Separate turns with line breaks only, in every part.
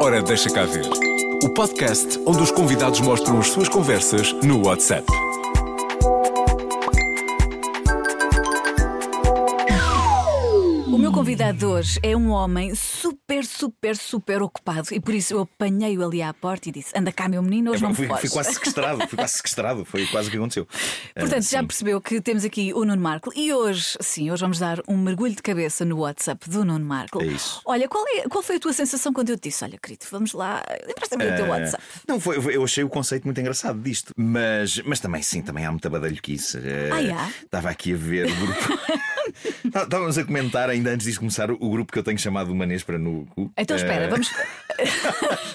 Ora, deixa cá ver. O podcast onde os convidados mostram as suas conversas no WhatsApp.
O meu convidado de hoje é um homem super, super, super ocupado e por isso eu apanhei-o ali à porta e disse: Anda cá, meu menino,
É,
hoje não
fui,
podes.
fui quase sequestrado, fui quase sequestrado, foi quase o que aconteceu.
Portanto, já
sim.
percebeu que temos aqui o Nuno Marco e hoje, sim, hoje vamos dar um mergulho de cabeça no WhatsApp do Nuno Marco.
É isso.
Olha, qual, é- quol foi a tua sensação quando eu te disse: Olha, querido, vamos lá, empresta-me o teu
Eh,
WhatsApp?
Não, foi, foi- eu achei o conceito muito engraçado disto, mas, mas também sim, também há muita badalhoquice. Eh,
Ah, há?
Estava aqui a ver o grupo. Tá- Estávamos a comentar ainda antes disto começar o, o grupo que eu tenho chamado Manês para no cu.
Então espera,
Eh,
vamos.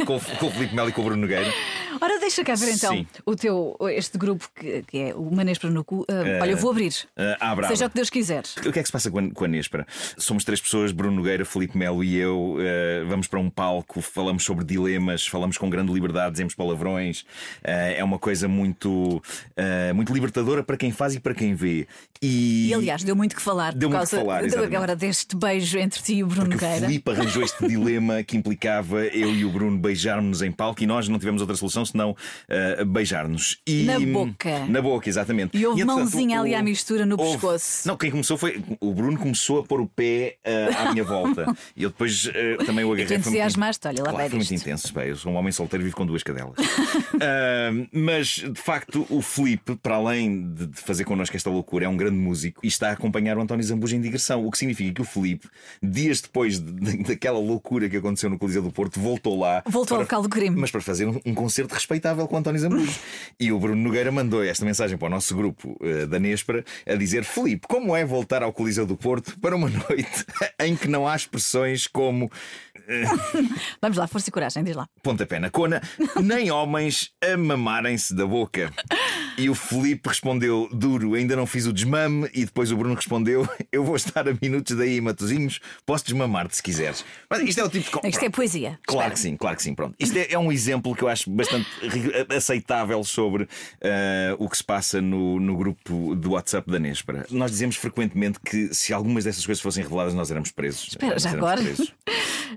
Com, o- com o Filipe Melo e com o Bruno Nogueira.
Ora, deixa cá ver então
Sim.
o teu, este grupo que, que é o Manespra no cu. Ah,
Eh,
olha, eu vou abrir.
eh, ah, brava.
Seja o que Deus quiser.
O que é que se passa com a, com a Nespera? Somos três pessoas, Bruno Nogueira, Felipe Melo e eu. eh, vamos para um palco, falamos sobre dilemas, falamos com grande liberdade, dizemos palavrões. eh, é uma coisa muito, eh, muito libertadora para quem faz e para quem vê. E,
E aliás, deu muito que falar
Deu
por
muito que
causa
falar,
de-
exatamente.
agora deste beijo entre ti e o Bruno
que o
Nogueira.
Felipe arranjou este dilema que implicava eu e o Bruno beijarmos em palco e nós não tivemos outra solução senão eh, beijar-nos. E-
Na boca.
Na boca, exatamente.
E houve
entretanto,
mãozinha ali à mistura no pescoço.
Não, quem começou foi. O Bruno começou a pôr o pé eh, à minha volta. E eu depois eh, também o agarrei.
tu
Foi muito-
entusiasmaste, olha, lá
claro,
vai
Foi muito
disto.
intenso. Bem, eu sou um homem solteiro e vivo com duas cadelas. Ah, mas, de facto, o Felipe, para além de de fazer connosco esta loucura, é um grande músico e está a acompanhar o António Zambuja em digressão. O que significa que o Felipe, dias depois de- de- daquela loucura que aconteceu no Coliseu do Porto, voltou lá.
Voltou ao local do crime.
Mas para fazer um, um concerto respeitável com o António Zambujo. e o Bruno Nogueira mandou esta mensagem para o nosso grupo eh, da Nespera a dizer: Filipe, como é voltar ao Coliseu do Porto para uma noite em que não há expressões como
Vamos lá, força e coragem, diz lá.
pontapé na cona, nem homens a mamarem-se da boca. E o Felipe respondeu duro, ainda não fiz o desmame. E depois o Bruno respondeu: Eu vou estar a minutos daí, Matozinhos, posso desmamar-te se quiseres. Mas isto é o tipo de. co-
Isto é poesia.
Claro que sim, claro que sim. Pronto. Isto é, é um exemplo que eu acho bastante ri- aceitável sobre eh, o que se passa no, no grupo do WhatsApp da Nespera. Nós dizemos frequentemente que se algumas dessas coisas fossem reveladas, nós éramos presos.
Espera,
Nós
já
éramos
agora.
presos.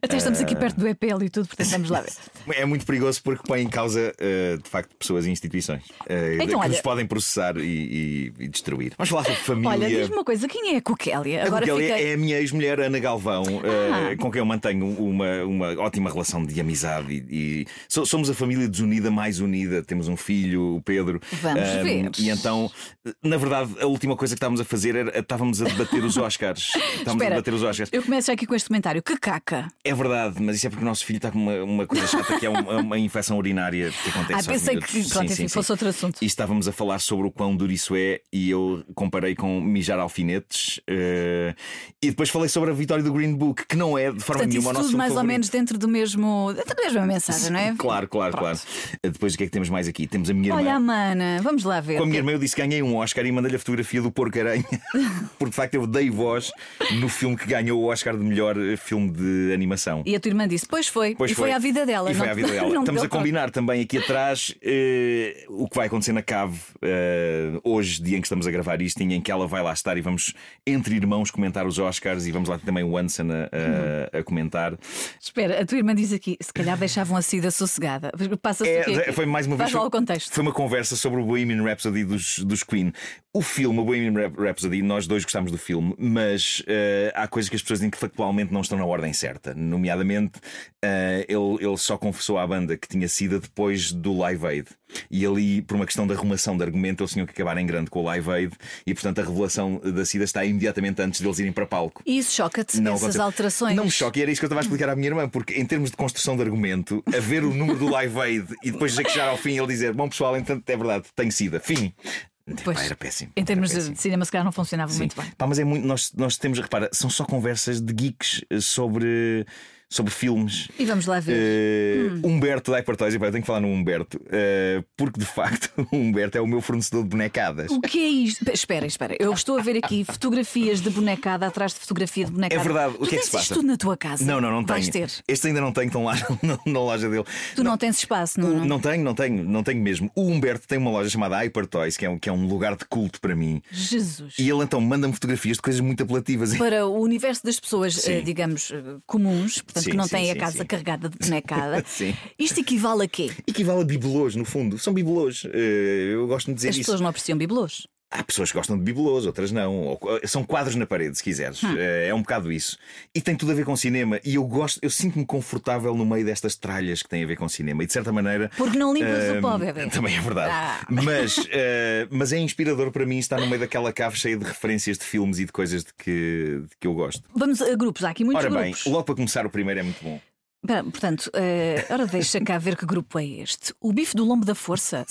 Até estamos aqui perto do EPL e tudo, portanto vamos lá ver.
É muito perigoso porque põe em causa, eh, de facto, pessoas e instituições eh,
Então,
que
olha-
nos podem processar e, e- e destruir. Vamos falar sobre família.
Olha, diz-me uma coisa, quem é a Coquélia?
um. A
Agora
Coquelia
fiquei.
é a minha ex-mulher Ana Galvão,
Ah.
eh, com quem eu mantenho uma, uma ótima relação de amizade e, e so- somos a família desunida mais unida. Temos um filho, o Pedro.
Vamos
Ahm,
ver.
E então, na verdade, a última coisa que estávamos a fazer era estávamos a debater os Oscars. Estávamos a
Espera,
debater os Oscars.
eu começo já aqui com este comentário. Que caca!
É verdade, mas isso é porque o nosso filho está com uma, uma coisa chata que é uma, uma infecção urinária que acontece
Ah,
aos
pensei
miúdos.
que, pronto, enfim, fosse outro assunto.
E estávamos a falar sobre o quão duro isso é e eu comparei com mijar alfinetes eh, e depois falei sobre a vitória do Green Book, que não é de forma
Portanto,
nenhuma
isso
o nosso
tudo
filme
mais ou
favorito.
menos dentro do mesmo. dentro da mesma mensagem, não é?
Claro, claro,
Pronto.
claro. Depois o que é que temos mais aqui? Temos a minha
Olha,
irmã.
a mana, vamos lá ver.
Com a minha irmã eu disse que ganhei um Oscar e mandei-lhe a fotografia do Porco Aranha, porque de facto eu dei voz no filme que ganhou o Oscar de melhor eh, filme de animação.
E a tua irmã disse: Pois foi.
Pois
e foi. à vida dela.
E foi
não-
à vida dela.
não
Estamos
deu
a combinar também aqui atrás eh, o que vai acontecer na Cave eh, hoje, dia em que estamos a gravar isto, e em que ela vai lá estar e vamos, entre irmãos, comentar os Oscars e vamos lá ter também o Anson a, a-
Uhum.
a comentar.
Espera, a tua irmã diz aqui: Se calhar deixavam a Cida sossegada. Passa-se
É,
o quê?
foi mais uma
Faz
vez.
lá o contexto.
Foi uma conversa sobre o Bohemian Rhapsody dos, dos Queen. O filme, o Bohemian Rhap- Rhapsody, nós dois gostámos do filme, mas eh, há coisas que as pessoas dizem que factualmente não estão na ordem certa. Nomeadamente, eh, ele, ele só confessou à banda que tinha sido depois do Live Aid. E ali, por uma questão de arrumação de argumento, eles tinham que acabar em grande com o Live Aid e, portanto, a revelação da SIDA está imediatamente antes deles irem para palco.
E isso choca-te,
Não,
essas
aconteceu.
alterações.
Não me choque, e era isso que eu estava a explicar à minha irmã, porque em termos de construção de argumento, a ver o número do Live Aid e depois já que chegar ao fim ele dizer: Bom pessoal, entanto é verdade, tenho sida, fim. Tipo,
Pois,
Pá, era péssimo.
Em termos
era péssimo.
de cinema, se calhar não funcionava muito
Sim.
bem.
Pá, mas é muito. Nós, nós temos, repara, são só conversas de geeks eh, sobre, sobre filmes.
E vamos lá ver. Hum.
Eh, Humberto da Hypertoys, e pá, eu tenho que falar no Humberto, eh, porque de facto o Humberto é o meu fornecedor de bonecadas.
O que é isto? Pe- Espera, espera. Eu estou a ver aqui fotografias de bonecada atrás de fotografia de bonecada.
É verdade,
Tu
o que é que
tens
se passa?
isto tudo na tua casa.
Não, não, não
Vais
tenho.
ter.
Este ainda não tenho, estão lá na, na loja dele.
Tu não, tens espaço, não?
O- Não tenho, não tenho, não tenho mesmo. O Humberto tem uma loja chamada Hyper Toys, que é um, que é um lugar de culto para mim.
Jesus.
E ele então manda-me fotografias de coisas muito apelativas.
Para o universo das pessoas,
Sim.
eh, digamos, eh, comuns, portanto, portanto,
Sim,
que não
sim,
tem a
sim,
casa
sim.
carregada de bonecada.
Sim.
Isto equivale a quê?
Equivale a bibelôs, no fundo. São bibelôs. Eh, eu gosto de dizer
As
isso.
pessoas não apreciam bibelôs.
Há pessoas que gostam de bibelôs, outras não. Ou- são quadros na parede, se quiseres.
Hum.
Eh, É um bocado isso. E tem tudo a ver com cinema. E eu gosto, eu sinto-me confortável no meio destas tralhas que têm a ver com cinema. E de certa maneira.
Porque não limpas o
Ahm,
pó, bebê.
Também é verdade.
Ah.
Mas, eh, mas é inspirador para mim estar no meio daquela cave cheia de referências de filmes e de coisas de que, de que eu gosto.
Vamos a grupos, há aqui muitos
Ora bem,
grupos.
logo para começar, o primeiro é muito bom.
Espera, portanto, eh, ora deixa cá ver que grupo é este. O bife do lombo da força.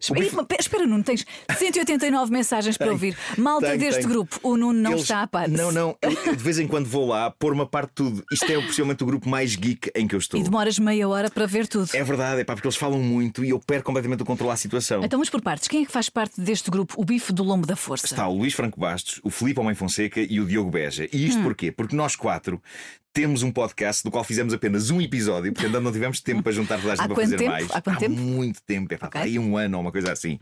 espera,
bife-
espera, espera, Nuno, tens 189 mensagens para ouvir. Malta
tenho,
deste
tenho.
grupo, o Nuno não
Eles-
está a par.
Não, não. Eu, eu de vez em quando vou lá pôr-me a par de tudo. Isto é possivelmente o grupo mais geek em que eu estou.
E demoras meia hora para ver tudo.
É verdade, é pá, porque eles falam muito e eu perco completamente o controle à situação.
Então vamos por partes. Quem é que faz parte deste grupo, o bife do lombo da força?
Está o Luís Franco Bastos, o Filipe Homem Fonseca e o Diogo Beja. E
Hum.
isto porquê? Porque nós quatro temos um podcast do qual fizemos apenas um episódio, portanto ainda não tivemos tempo para juntar toda a
Há
gente para
quanto
fazer
tempo?
mais.
Há quanto tempo?
muito tempo, é pá,
Ok.
pá, aí um ano ou uma coisa assim.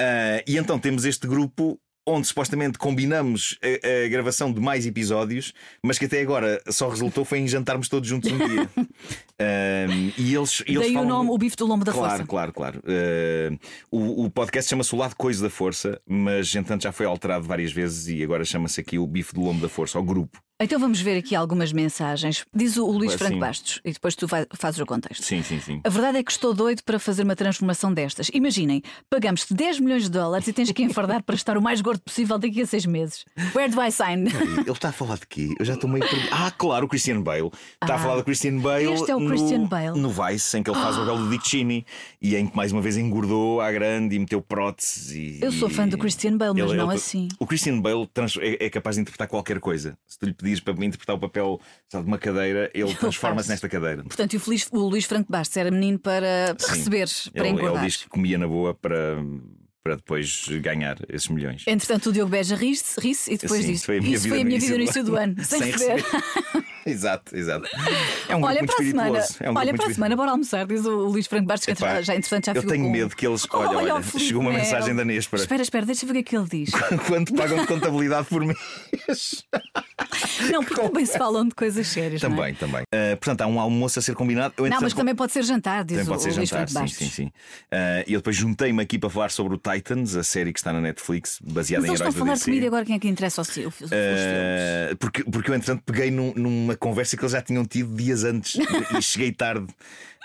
Ah, e então temos este grupo. Onde supostamente combinamos a, a gravação de mais episódios, mas que até agora só resultou foi em jantarmos todos juntos um dia. Ah, e eles, e eles
Daí o
falam-
nome, o bife do lombo da
claro,
força.
Claro, claro, Eh, o, o podcast chama-se O Lado Coisa da Força, mas entretanto já foi alterado várias vezes e agora chama-se aqui o Bife do Lombo da Força, ao grupo.
Então vamos ver aqui algumas mensagens. Diz o Luís
Assim.
Franco Bastos e depois tu vai- fazes o contexto.
Sim, sim, sim.
A verdade é que estou doido para fazer uma transformação destas. Imaginem, pagamos-te 10 milhões de dólares e tens que enfardar para estar o mais gordo possível daqui a 6 meses. Where do I sign?
Ele está a falar de quê? Eu já estou meio perdido. Ah, claro, o Christian Bale.
Ah.
Está a falar do Christian Bale.
Este é o
no,
Christian Bale. Ah.
No Vice, em que ele faz o papel do Dick Cheney e em que mais uma vez engordou à grande e meteu próteses. E,
Eu sou fã do Christian Bale, mas
Ele-
não
ele-
assim.
O Christian Bale trans- é, é capaz de interpretar qualquer coisa. Se tu lhe pedires para interpretar o papel sei lá, de uma cadeira, ele transforma-se
faço.
nesta cadeira.
Portanto, e o, Feliz- o Luís Franco Bastos era menino para, para
Sim.
receber, para
ele, é ele
engordar.
diz que comia na boa para, para depois ganhar esses milhões.
Entretanto, o Diogo Beja ri-se ri-se e É, depois
Sim,
diz:
foi a minha
Isso
vida
foi a
no
minha vida no
início
início do ano, sem, receber.
exato, exato. É um grupo
Olha,
muito
para a semana,
espirituoso. É um grupo
olha,
muito
para a
espirituoso.
semana, bora almoçar, diz o Luís Franco Bastos, que
Epá,
entra- já entretanto já
eu
ficou
tenho
com- um
medo que eles. Olha, olha,
o Filipe
chegou uma
Melo.
mensagem da Néspera.
Espera, espera, deixa eu ver o que é que ele diz.
Quanto pagam de contabilidade por mês?
Não, porque também se falam de coisas sérias. não é?
também, também. Ah, portanto, há um almoço a ser combinado. Eu,
Não, mas
entretanto,
também pode ser jantar, diz
Também
o,
pode ser
o Luís
jantar,
Franco
sim,
Bastos.
sim, sim. Ah, e eu depois juntei-me aqui para falar sobre o Titans, a série que está na Netflix, baseada
Mas
em
eles estão a
heróis da
falar de
DC.
comida agora, quem é que interessa ao si- o- os, os filmes?
Ah, porque, porque eu, entretanto, peguei num- numa conversa que eles já tinham tido dias antes e cheguei tarde.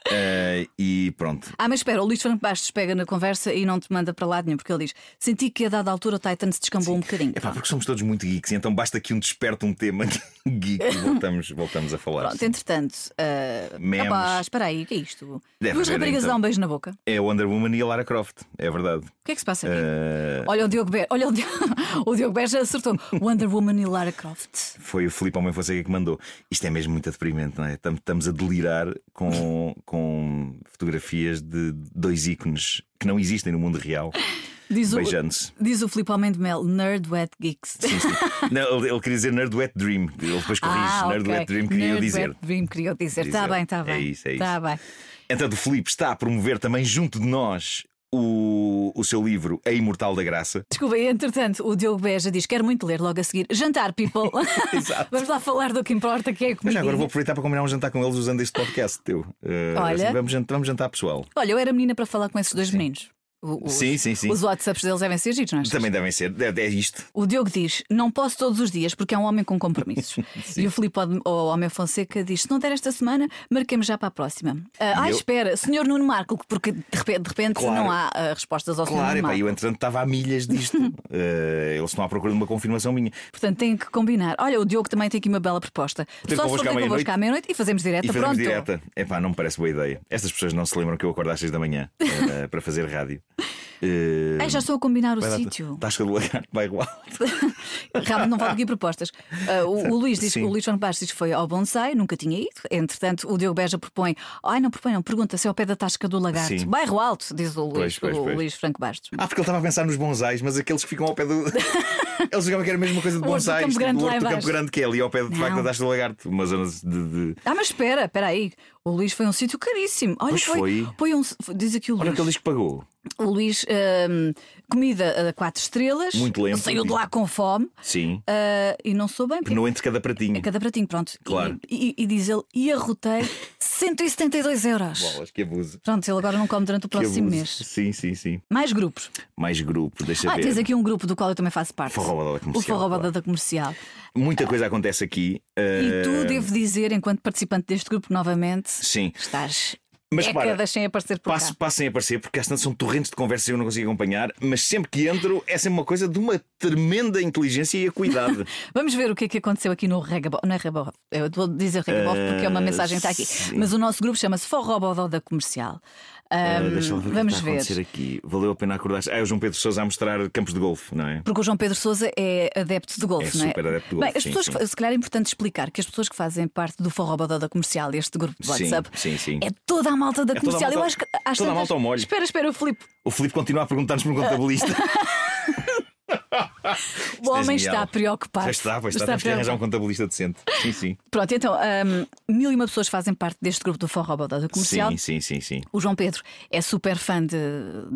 Ah, e pronto.
Ah, mas espera, o Luís Franco Bastos pega na conversa e não te manda para lado nenhum, porque ele diz: senti que a dada altura o Titan se descambou um bocadinho.
É pá, porque somos todos muito geeks, e então basta que um desperte um tema geek e voltamos, voltamos a falar.
Pronto, então- entretanto, ah,
Memes.
opá, espera aí, o que é isto?
Deve
Duas
haver,
raparigas a
então.
dar um beijo na boca.
É a Wonder Woman e a Lara Croft, é verdade.
O que é que se passa aqui?
Ah,
Olha o Diogo Beja, olha o Diogo, o Diogo Beja acertou. Wonder Woman e Lara Croft.
foi o Filipe Homem Fonseca que mandou. Isto é mesmo muito deprimente, não é? Tam- Estamos a delirar com, com fotografias de dois ícones que não existem no mundo real,
Diz o,
beijando-se.
diz o Filipe Homem de Mel, Nerd Wet Geeks.
Sim, sim. Não, ele, ele queria dizer Nerd Wet Dream. Ele depois corrige. Ah, Nerd
Ah, ok.
Wet é? Dream queria
Nerd
dizer.
Wet Dream queria dizer. Está
Dizer.
bem, está bem.
É isso, é isso.
Está bem.
Entretanto, o Filipe está a promover também junto de nós o, o seu livro A Imortal da Graça.
Desculpa, e, entretanto, o Diogo Beja diz: Quero muito ler logo a seguir. Jantar, people.
Exato.
Vamos lá falar do que importa, que é a
Mas
comida.
já agora vou aproveitar para combinar um jantar com eles usando este podcast teu. Eh,
Olha.
assim, vamos, jantar, vamos jantar, pessoal.
Olha, eu era menina para falar com esses dois meninos. O- Os,
Sim, sim, sim.
Os WhatsApps deles devem ser giros, não achas?
Também devem ser. É, é isto.
O Diogo diz: Não posso todos os dias porque é um homem com compromissos. e o Filipe Od- ou o Homem Fonseca diz: Se não der esta semana, marquemos já para a próxima. Ah, ah,
eu-
espera, senhor Nuno Marco, porque de repente, de repente
Claro.
não há ah, respostas ao senhor
Claro,
Nuno
epá,
Marco.
eu entretanto estava a milhas disto. Eh, eles estão à procura de uma confirmação minha.
Portanto, tem que combinar. Olha, o Diogo também tem aqui uma bela proposta.
Ter
Só se for
convosco à
ter convosco
meia-noite.
à meia-noite e fazemos direta.
E fazemos
Pronto.
direta. Epá, não me parece boa ideia. Estas pessoas não se lembram que eu acordo às 6 da manhã eh, para fazer rádio. Eh,
Ai, É, já estou a combinar o
vai lá,
sítio.
Tasca do Lagarto, bairro Alto.
Realmente não vale aqui propostas. Ah, o, o Luís diz
Sim.
o Luís João Bastos diz que foi ao bonsai, nunca tinha ido. Entretanto, o Diogo Beja propõe. Ai, não propõe, não. Pergunta se é ao pé da Tasca do Lagarto.
Sim.
Bairro Alto, diz o Luís,
Pois, pois,
o
pois.
Luís Franco Bastos.
Ah, porque ele estava a pensar nos bonsais, mas aqueles que ficam ao pé do. Eles jogavam que era a mesma coisa de
O Horto do
bonsais. tipo,
Campo Grande
o
lá
Horto
em
do Campo
baixo.
Grande, que é ali ao pé de
Não.
facto da Taxa do Lagarto. Uma zona de. de-
Ah, mas espera, espera aí. O Luís foi a um sítio caríssimo. Olha,
Pois
foi,
foi.
foi um. Diz aqui o
Olha o
Luís.
que ele diz que pagou.
O Luís hum, comida a quatro estrelas.
Muito lento.
Saiu de lá com fome.
Sim.
ah, e não sou bem. porque
Penou entre cada pratinho.
É cada pratinho, pronto.
Claro.
E, e- e diz ele, e arrotei 172 euros.
Bolas, que abuso.
Pronto, ele agora não come durante o
Que
próximo
abuso.
mês.
Sim, sim, sim.
Mais grupos.
Mais grupos, deixa
Ah,
ver.
tens aqui um grupo do qual eu também faço parte.
Forrobada comercial.
O Forrobada
claro.
da Comercial.
Muita coisa acontece aqui.
E tu,
eh,
devo dizer, enquanto participante deste grupo novamente,
Sim.
estás
Mas
décadas
repara,
sem aparecer por
Passo,
cá.
passem a aparecer, porque às tantas são torrentes de conversas e eu não consigo acompanhar, mas sempre que entro é sempre uma coisa de uma tremenda inteligência e acuidade.
Vamos ver o que é que aconteceu aqui no Regabof. Não é Regabof, eu vou dizer Regabof porque é uma
Eh,
mensagem que está aqui.
sim.
Mas o nosso grupo chama-se Forrobodó da Comercial.
Ah,
Ahm,
deixa eu ver o que
vamos
está a acontecer
ver.
aqui. Valeu a pena acordar. Ah, é o João Pedro Sousa a mostrar campos de golfe, não é?
Porque o João Pedro Souza é adepto de golfe,
É
não é?
super adepto de
Bem,
golfe,
as
sim,
pessoas,
sim.
se calhar é importante explicar que as pessoas que fazem parte do Forrobodó da Comercial, este grupo de
Sim,
WhatsApp,
sim, sim.
é toda a malta da
toda a
comercial. eu
malta-
acho que às
toda a
tantas-
malta ao molho.
Espera, espera, o Filipe.
O Filipe continua a perguntar-nos por um contabilista.
O
é
homem
genial.
está preocupado.
Já está, pois está, temos que arranjar um contabilista decente. Sim, sim.
Pronto, então, hum, mil e uma pessoas fazem parte deste grupo do Forrobodó da Comercial.
Sim, sim, sim, sim.
O João Pedro é super fã de,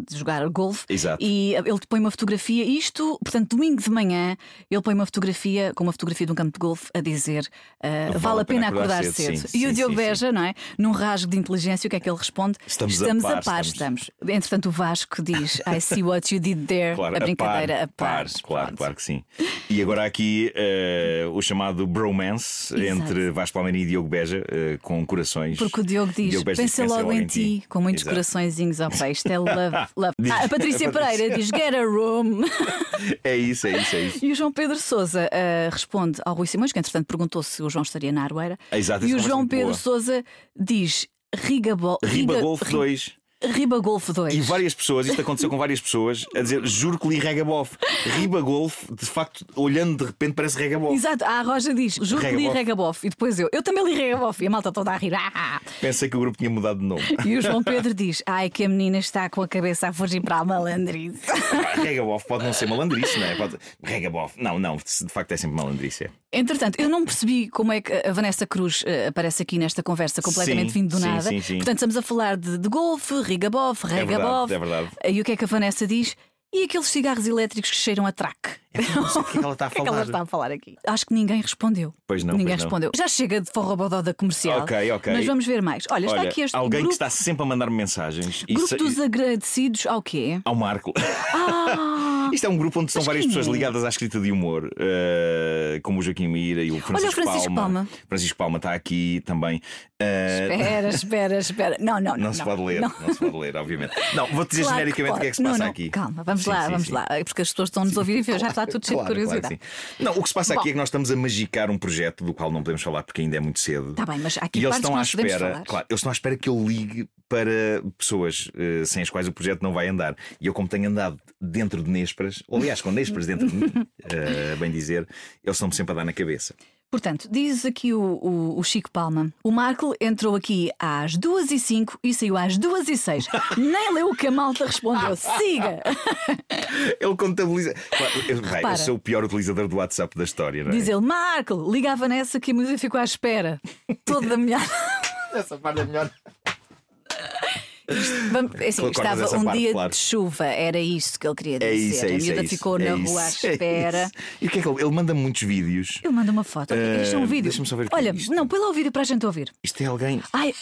de jogar golfe
Exato.
e ele te põe uma fotografia, isto, portanto, domingo de manhã, ele põe uma fotografia com uma fotografia de um campo de golfe a dizer ah, vale, a pena acordar, cedo.
sim,
e o
sim,
Diogo
sim,
Beja, não é? Num rasgo de inteligência, o que é que ele responde?
Estamos a
estamos
par,
estamos. Entretanto, o Vasco diz I see what you did there.
Claro,
a brincadeira
par,
a par.
claro,
Pronto.
claro que sim. E agora há aqui eh, o chamado bromance
Exato.
entre Vasco Palmeirinho e Diogo Beja, eh, com corações.
Porque o Diogo diz,
Diogo Beja
pensa logo em ti, com muitos
Exato.
coraçõezinhos ao pé. Isto é love, love.
Diz-
Ah, a Patrícia
a Patrícia.
Pereira diz, get a room.
É isso, é isso, é isso.
E o João Pedro Souza eh, responde ao Rui Simões, que entretanto perguntou se o João estaria na Arueira.
Exato,
e o
essa conversa é
João
muito
Pedro
boa.
Souza diz Riga, Bo-
Riba Golf
Ri-
2.
Riba Golf 2.
E várias pessoas, isto aconteceu com várias pessoas, a dizer juro que li Regabof. Riba Golf, de facto, olhando de repente, parece Regabof.
Exato, a Roja diz, juro que li
Regabof.
Regabof. E depois eu, eu também li Regabof. E a malta toda a rir. Ah!
Pensei que o grupo tinha mudado de nome.
E o João Pedro diz, ai que a menina está com a cabeça a fugir para a malandrice.
Ah, Pá, Regabof pode não ser malandrice, não é? Pode... Regabof. Não, não, de facto é sempre malandrice. é.
Entretanto, eu não percebi como é que a Vanessa Cruz eh, aparece aqui nesta conversa completamente
Sim,
vindo do
sim,
nada.
sim, sim.
Portanto, estamos a falar de, de golfe, rigabof, regabof.
verdade, é verdade.
E o que é que a Vanessa diz? E aqueles cigarros elétricos que cheiram a traque?
Não sei o que é que ela está a
O que é que ela
falar.
está a falar aqui? Acho que ninguém respondeu.
Pois não,
Ninguém
pois não.
respondeu. Já chega de forrobodó da comercial.
Ok, ok.
Mas vamos ver mais. Olha, está
Olha,
aqui este
alguém
grupo,
que está sempre a mandar-me mensagens.
grupo
Isso-
dos agradecidos ao quê?
Ao Marco.
Ah!
Isto é um grupo onde são
Mas
várias
quem
pessoas
é?
ligadas à escrita de humor, eh, como o Joaquim Mira e o Francisco,
Francisco Palma.
Francisco Palma está aqui também. Eh,
Espera, espera, espera. Não, não, não.
não, se pode ler, não.
não.
se pode ler, obviamente. Não, vou-te dizer
Claro
genericamente o
pode.
que é que se
Não,
passa
não,
aqui.
Calma, vamos
Sim,
lá,
sim,
vamos
sim.
lá. É Porque as pessoas estão-nos a ouvir e já está tudo cheio de
Claro,
curiosidade.
claro que sim. Não, o que se passa
Bom.
aqui é que nós estamos a magicar um projeto do qual não podemos falar porque ainda é muito cedo.
Está Tá bem, mas há aqui
E
partes
eles
que
estão à
nós podemos
espera,
falar.
claro, eles estão à espera que eu ligue para pessoas eh, sem as quais o projeto não vai andar. E eu, como tenho andado dentro de Nespras, ou aliás, com Nespras dentro de mim, eh, bem dizer, eles estão-me sempre a dar na cabeça.
Portanto, diz aqui o, o- o Chico Palma: o Marco entrou aqui às 2 e 05 e saiu às 2 e 06 Nem leu o que a malta respondeu. Siga!
Ele contabiliza. Claro, eu, bem,
Repara.
eu sou o pior utilizador do WhatsApp da história, não é?
Diz ele: Marco, liga à Vanessa que a miúda ficou à espera. Toda a minha.
Essa parte é melhor.
Vamos- é assim,
Cortas
estava
essa
um
parte,
dia
claro.
de chuva, era isso que ele queria dizer.
É isso, é
a
isso.
miúda
é isso,
ficou
é
na
isso,
rua à
é
espera.
isso. E o que é que ele, ele manda muitos vídeos?
Eu mando uma foto.
Eh,
Isto é um vídeo.
deixa-me só ver o que é
Olha,
isto.
não, põe lá o vídeo para a gente ouvir.
Isto é alguém.
Ai,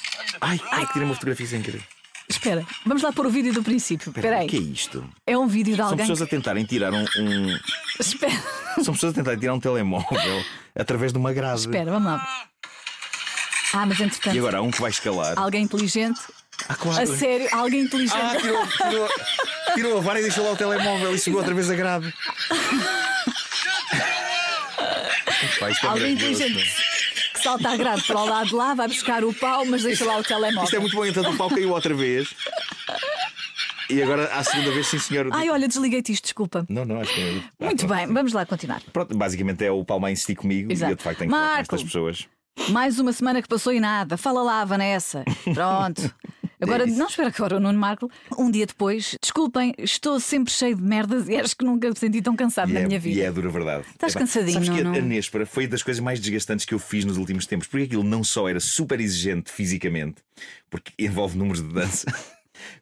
Ai, ai, que tira uma fotografia sem querer.
espera, vamos lá pôr o vídeo do princípio. Espera
O que é
aí.
isto?
É um vídeo de
São
alguém.
pessoas a tentarem tirar um- um...
que- Espera.
São pessoas a tentarem tirar um telemóvel através de uma grade.
Espera, vamos lá. Ah, mas entretanto,
E agora há um que vai escalar.
alguém inteligente,
Ah, claro.
a sério, alguém inteligente.
Ah, tirou, tirou, tirou a vara e deixou lá o telemóvel e chegou outra vez a grade. Pá, isto é
Alguém
maravilhoso,
inteligente
não é?
que salta a grade para o lado de lá, vai buscar o pau, mas deixa lá o
Isto é
telemóvel.
muito bom, então o pau caiu outra vez. E agora, à segunda vez, sim, senhor. o-
Ai, olha, desliguei-te isto, desculpa.
Não, não, acho que é. Ah,
Muito
pronto.
bem, vamos lá continuar.
Pronto, basicamente é o palma a insistir comigo
Exato.
e eu de facto tenho que falar com
Marco.
estas pessoas.
Mais uma semana que passou e nada. Fala lá, Vanessa. Pronto. Agora,
É isso.
não espera que agora o Nuno Marco, um dia depois, desculpem, estou sempre cheio de merdas e acho que nunca me senti tão cansado
E
na
é,
minha vida.
E é a dura verdade.
Estás
Epá,
cansadinho,
Sabes que
não,
a- a
não?
Nespera foi das coisas mais desgastantes que eu fiz nos últimos tempos, porque aquilo não só era super exigente fisicamente, porque envolve números de dança.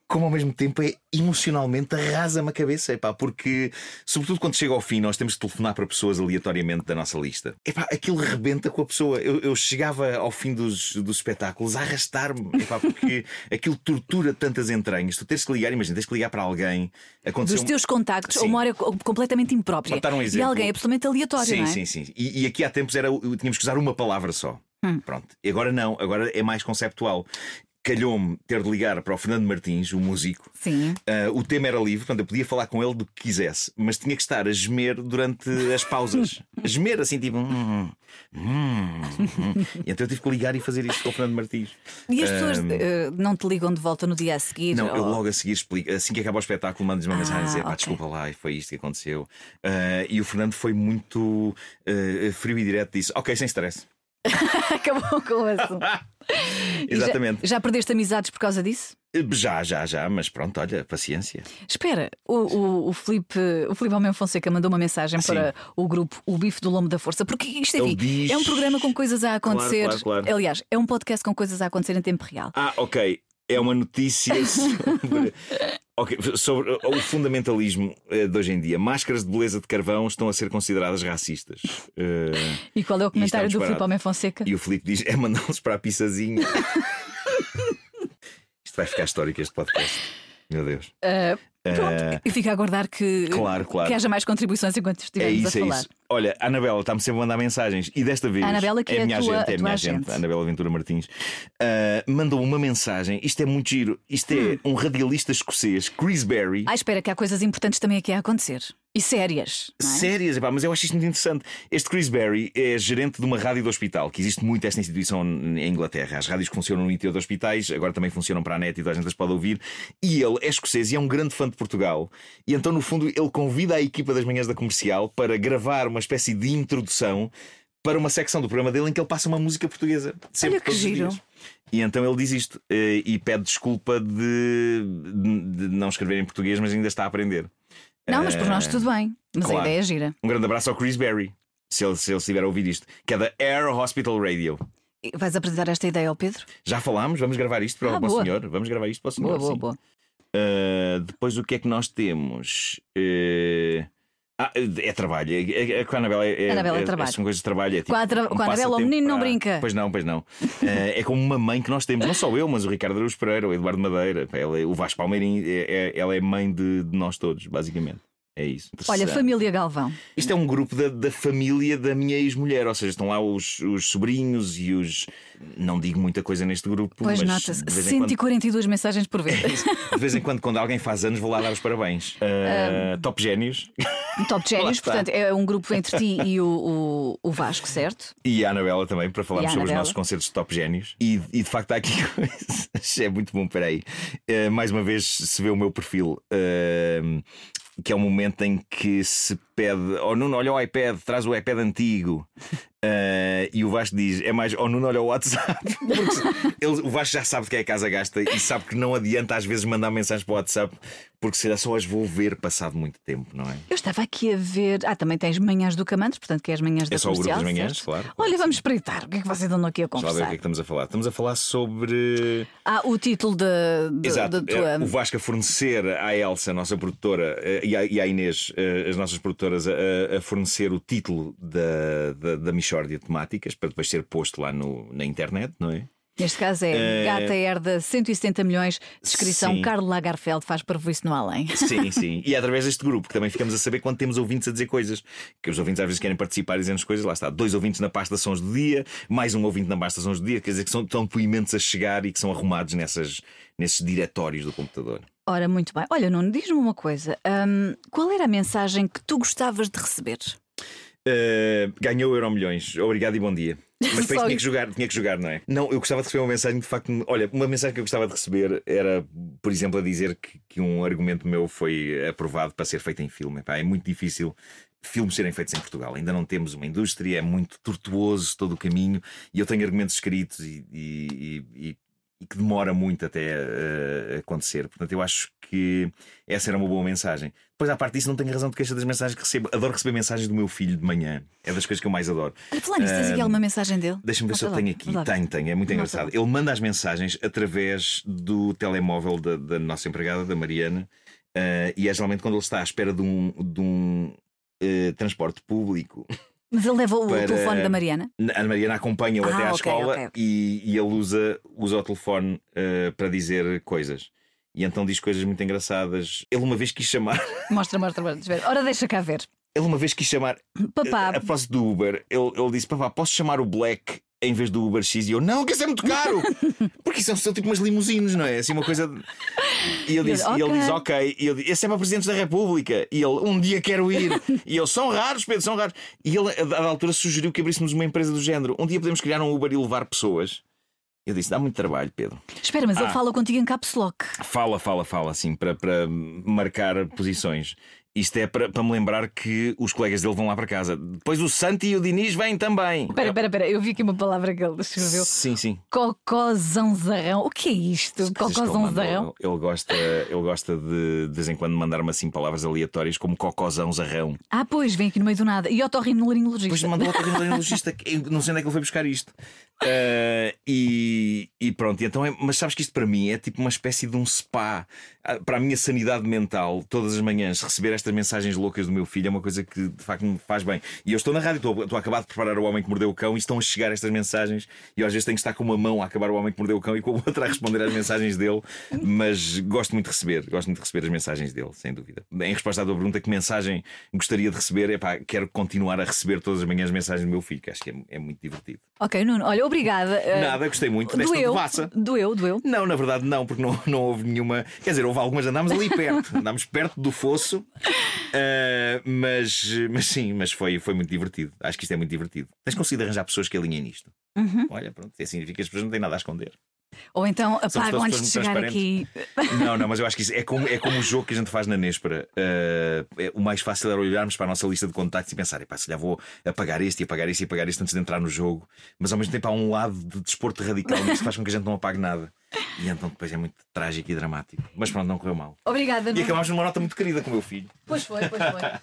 como ao mesmo tempo é emocionalmente arrasa-me a cabeça, epá, porque, sobretudo quando chega ao fim, nós temos de telefonar para pessoas aleatoriamente da nossa lista. Epá, aquilo rebenta com a pessoa. Eu, eu chegava ao fim dos, dos espetáculos a arrastar-me, epá, porque aquilo tortura tantas entranhas. Tu tens que ligar, imagina, tens que ligar para alguém. Aconteceu um
Dos teus contactos, ou
Sim.
uma hora co- completamente imprópria.
Só dar um
e
exemplo.
alguém absolutamente aleatório,
Sim,
não é?
sim, sim. E, e aqui há tempos era, o- tínhamos que usar uma palavra só.
Hum.
Pronto. E agora não, agora é mais conceptual. Calhou-me ter de ligar para o Fernando Martins, o músico.
Sim.
Ah, o tema era livre, portanto eu podia falar com ele do que quisesse, mas tinha que estar a gemer durante as pausas. A gemer assim, tipo. "Hum, hum, hum." E então eu tive que ligar e fazer isto com o Fernando Martins.
E as pessoas
Ah,
eh, não te ligam de volta no dia a seguir? Oh,
não, eu
ou-
logo a seguir explico. Assim que acaba o espetáculo, mandas uma
é Ah,
mensagem a dizer: pá,
ok.
desculpa lá, foi isto que aconteceu. Ah, e o Fernando foi muito ah, frio e direto, disse: Ok, sem stress.
Acabou com o assunto. E já-
Exatamente.
Já, perdeste amizades por causa disso?
Já, já, já, mas pronto, olha, paciência.
Espera, o, o, o Filipe, o Filipe Almeida Fonseca mandou uma mensagem
Sim.
para o grupo O Bife do Lombo da Força, porque isto
Ele
aqui
diz-
é um programa com coisas a acontecer.
claro, claro.
Aliás, é um podcast com coisas a acontecer em tempo real.
Ah, ok. É uma notícia sobre, Ok, sobre o fundamentalismo eh, de hoje em dia. Máscaras de beleza de carvão estão a ser consideradas racistas. Eh,
E qual é o
é um
comentário do
disparate.
Filipe Almeida Fonseca?
e o Filipe diz: é mandá-los para a pizzazinha. Isto vai ficar histórico, este podcast. Meu Deus.
Ah, pronto, e fico a aguardar que,
Eh, Claro, claro.
que haja mais contribuições enquanto
É
estivermos
isso,
a
é
falar.
isso. Olha, a Anabela está-me sempre a mandar mensagens e desta vez
A Anabela, que é a
minha
tua-
gente, é
a
a minha
tua
gente,
agente.
a Anabela Ventura Martins, ah, mandou uma mensagem. Isto é muito giro. Isto é
Hum.
um radialista escocês, Chris Berry.
Ah, espera, que há coisas importantes também aqui a acontecer. E sérias. não é?
Sérias, epá, mas eu acho isto muito interessante. Este Chris Berry é gerente de uma rádio do hospital, que existe muito esta instituição em Inglaterra. As rádios que funcionam no interior de hospitais, agora também funcionam para a net e toda a gente as pode ouvir. E ele é escocês e é um grande fã de Portugal. E então, no fundo, ele convida a equipa das manhãs da comercial para gravar uma espécie de introdução para uma secção do programa dele em que ele passa uma música portuguesa. Sempre,
Olha que
todos os
giro.
dias. E então ele diz isto eh, e pede desculpa de, de- de não escrever em português, mas ainda está a aprender.
Não, mas por nós tudo bem. Mas a
Eh, claro.
ideia é gira.
Um grande abraço ao Chris Berry, se ele, se ele estiver a ouvir isto, que é da Air Hospital Radio.
E Vais apresentar esta ideia ao Pedro?
Já falámos, vamos gravar isto para,
Ah,
o- para o
boa.
senhor. Vamos gravar isto para o senhor.
Boa, boa,
sim.
boa.
Ah, depois o que é que nós temos? Eh, Ah, é trabalho. É, é, é, com a Anabela é,
Anabela é
é-
trabalho.
São coisas de trabalho. É tipo,
Com a tra- com a Anabela, o
passatempo
menino não
para-
brinca.
Pois não, pois não. Eh, é como uma mãe que nós temos, não só eu, mas o Ricardo Araújo Pereira, o Eduardo Madeira, pá, ela é- o Vasco Palmeirim. é- é- ela é mãe de, de nós todos, basicamente. É isso.
Olha,
Interessante.
família Galvão.
Isto é um grupo da, da família da minha ex-mulher, ou seja, estão lá os, os sobrinhos e os. Não digo muita coisa neste grupo,
Pois
mas
nota-se,
de, vez em quando, É
142 mensagens por vez.
de vez em quando, quando alguém faz anos, vou lá dar os parabéns. Ah, Top génios.
Um Top Génios,
está.
portanto, é um grupo entre ti e o, o, o Vasco, certo?
E a Anabela também, para
E
falarmos
a
sobre os
Anabela.
nossos concertos de top génios. E, e de facto há aqui coisas. É muito bom, peraí. Eh, mais uma vez se vê o meu perfil. ehm, que é um momento em que se pede. Oh Nuno, olha o iPad, traz o iPad antigo. Eh, e o Vasco diz: é mais, oh Nuno, olha o WhatsApp. Porque se- ele- o Vasco já sabe o que é a casa gasta e sabe que não adianta às vezes mandar mensagens para o WhatsApp, porque será só as vou ver passado muito tempo, não é?
Eu estava aqui a ver. Ah, também tens manhãs do Camantes, portanto, que é as manhãs da
só o grupo
comercial,
das manhãs,
certo?
claro.
Olha, vamos espreitar. O que é que vocês andam aqui a
Vamos lá ver o que é
conversar?
que estamos a falar. Estamos a falar sobre.
Ah, o título da da-
Exato.
da tua.
Eh, O Vasco a fornecer à Elsa, a nossa produtora, eh, e à- e à Inês, eh, as nossas produtoras, a, a fornecer o título da, da, da Michórdia de Temáticas para depois ser posto lá no, na internet, não é?
Neste caso é
Eh,
Gata herda 170 milhões. Descrição:
sim.
Carlo Lagarfeld faz parvoíce no além.
Sim, sim. E é através deste grupo que também ficamos a saber quando temos ouvintes a dizer coisas. Que os ouvintes às vezes querem participar e dizendo coisas. Lá está. Dois ouvintes na pasta Sons do Dia, mais um ouvinte na pasta Sons do Dia. Quer dizer que são tão depoimentos a chegar e que são arrumados nessas, nesses diretórios do computador.
Ora, muito bem. Olha, Nuno, diz-me uma coisa. Hum, qual era a mensagem que tu gostavas de receber?
Uh, ganhou o Euro Milhões. Obrigado e bom dia. Mas depois
Só
tinha
isso.
que jogar, tinha que jogar, não é? Não, eu gostava de receber uma mensagem de facto. Olha, uma mensagem que eu gostava de receber era, por exemplo, a dizer que, que um argumento meu foi aprovado para ser feito em filme. Epá, é muito difícil filmes serem feitos em Portugal. Ainda não temos uma indústria, é muito tortuoso todo o caminho e eu tenho argumentos escritos e, e- e- e- e que demora muito até eh, acontecer. Portanto, eu acho que essa era uma boa mensagem. Depois, à parte disso, não tenho razão de queixa das mensagens que recebo. Adoro receber mensagens do meu filho de manhã. É das coisas que eu mais adoro.
Olha, falar nisso,
Hum.
tens aqui alguma mensagem dele?
Deixa-me ver
Vamos
se eu
lá,
tenho aqui.
vamos lá ver.
Tenho, tenho. É muito
Nota.
engraçado. Ele manda as mensagens através do telemóvel da, da nossa empregada, da Mariana. eh, e é geralmente quando ele está à espera de um, de um eh, transporte público.
Mas ele leva o
Para-
telefone da Mariana.
A Mariana acompanha-o
Ah,
até à
ok,
escola
ok, ok.
E, e ele usa, usa o telefone eh, para dizer coisas. E então diz coisas muito engraçadas. Ele uma vez quis chamar.
Mostra, mostra, mostra. deixa ver. Ora, deixa cá ver.
Ele uma vez quis chamar.
Papá,
A propósito do Uber, ele, ele disse: Papá, posso chamar o Black em vez do Uber X? E eu: Não, que isso é muito caro! Porque isso são tipo umas limusines, não é? Assim, uma coisa. de- E ele disse: e ele
Ok.
diz Ok. E eu disse, Esse é para presidentes da República. E ele: Um dia quero ir. e eu: São raros, Pedro, são raros. E ele, a dada altura, sugeriu que abríssemos uma empresa do género. Um dia podemos criar um Uber e levar pessoas. Eu disse: Dá muito trabalho, Pedro.
espera, mas ele
Ah.
fala contigo em caps lock.
Fala, fala, fala, assim, para, para marcar posições. Isto é para, para me lembrar que os colegas dele vão lá para casa. Depois o Santi e o Diniz vêm também.
Espera, espera, espera. Eu vi aqui uma palavra que ele escreveu.
Sim, sim.
Cocozãozarrão. O que é isto?
Coisas que ele manda.
Cocozãozarrão?
Ele, ele gosta, ele gosta de, de vez em quando mandar-me assim palavras aleatórias como cocozão zarrão.
Ah, pois, vem aqui no meio do nada. E
Depois
otorrinolaringologista.
mandou outro neurologista que eu não sei onde é que ele foi buscar isto. Ah, e, e pronto, e então é- mas sabes que isto para mim é tipo uma espécie de um spa Ah, para a minha sanidade mental. Todas as manhãs receber estas mensagens loucas do meu filho é uma coisa que de facto me faz bem. E eu estou na rádio, estou, estou a acabar de preparar o Homem que Mordeu o Cão e estão a chegar estas mensagens. E eu às vezes tenho que estar com uma mão a acabar o Homem que Mordeu o Cão e com a outra a responder às mensagens dele. Mas gosto muito de receber, gosto muito de receber as mensagens dele, sem dúvida. Em resposta à tua pergunta, que mensagem gostaria de receber? É pá, quero continuar a receber todas as manhãs mensagens do meu filho, que acho que é, é muito divertido.
Ok, Nuno, olha, obrigada. Eh,
Nada, gostei muito desta
Doeu,
devassa.
doeu, doeu.
Não, na verdade não, porque não, não houve nenhuma. Quer dizer, houve algumas, andámos ali perto, andámos perto do fosso, ah, mas, mas sim, mas foi, foi muito divertido. Acho que isto é muito divertido. Tens conseguido arranjar pessoas que alinhem nisto. Olha, pronto, isso significa que as pessoas não têm nada a esconder.
Ou então apagam
pessoas
antes de
muito
chegar aqui.
Não, não, mas eu acho que isso é como, é como o jogo que a gente faz na Néspera. Ah, é- o mais fácil era olharmos para a nossa lista de contactos e pensar: "Epá, se já vou apagar este, e apagar este e apagar este antes de entrar no jogo. Mas ao mesmo tempo há um lado de desporto radical que faz com que a gente não apague nada. E então depois é muito trágico e dramático. Mas pronto, não correu mal.
Obrigada,
E
Nuno.
acabámos numa nota muito querida com o meu filho.
Pois foi, pois foi.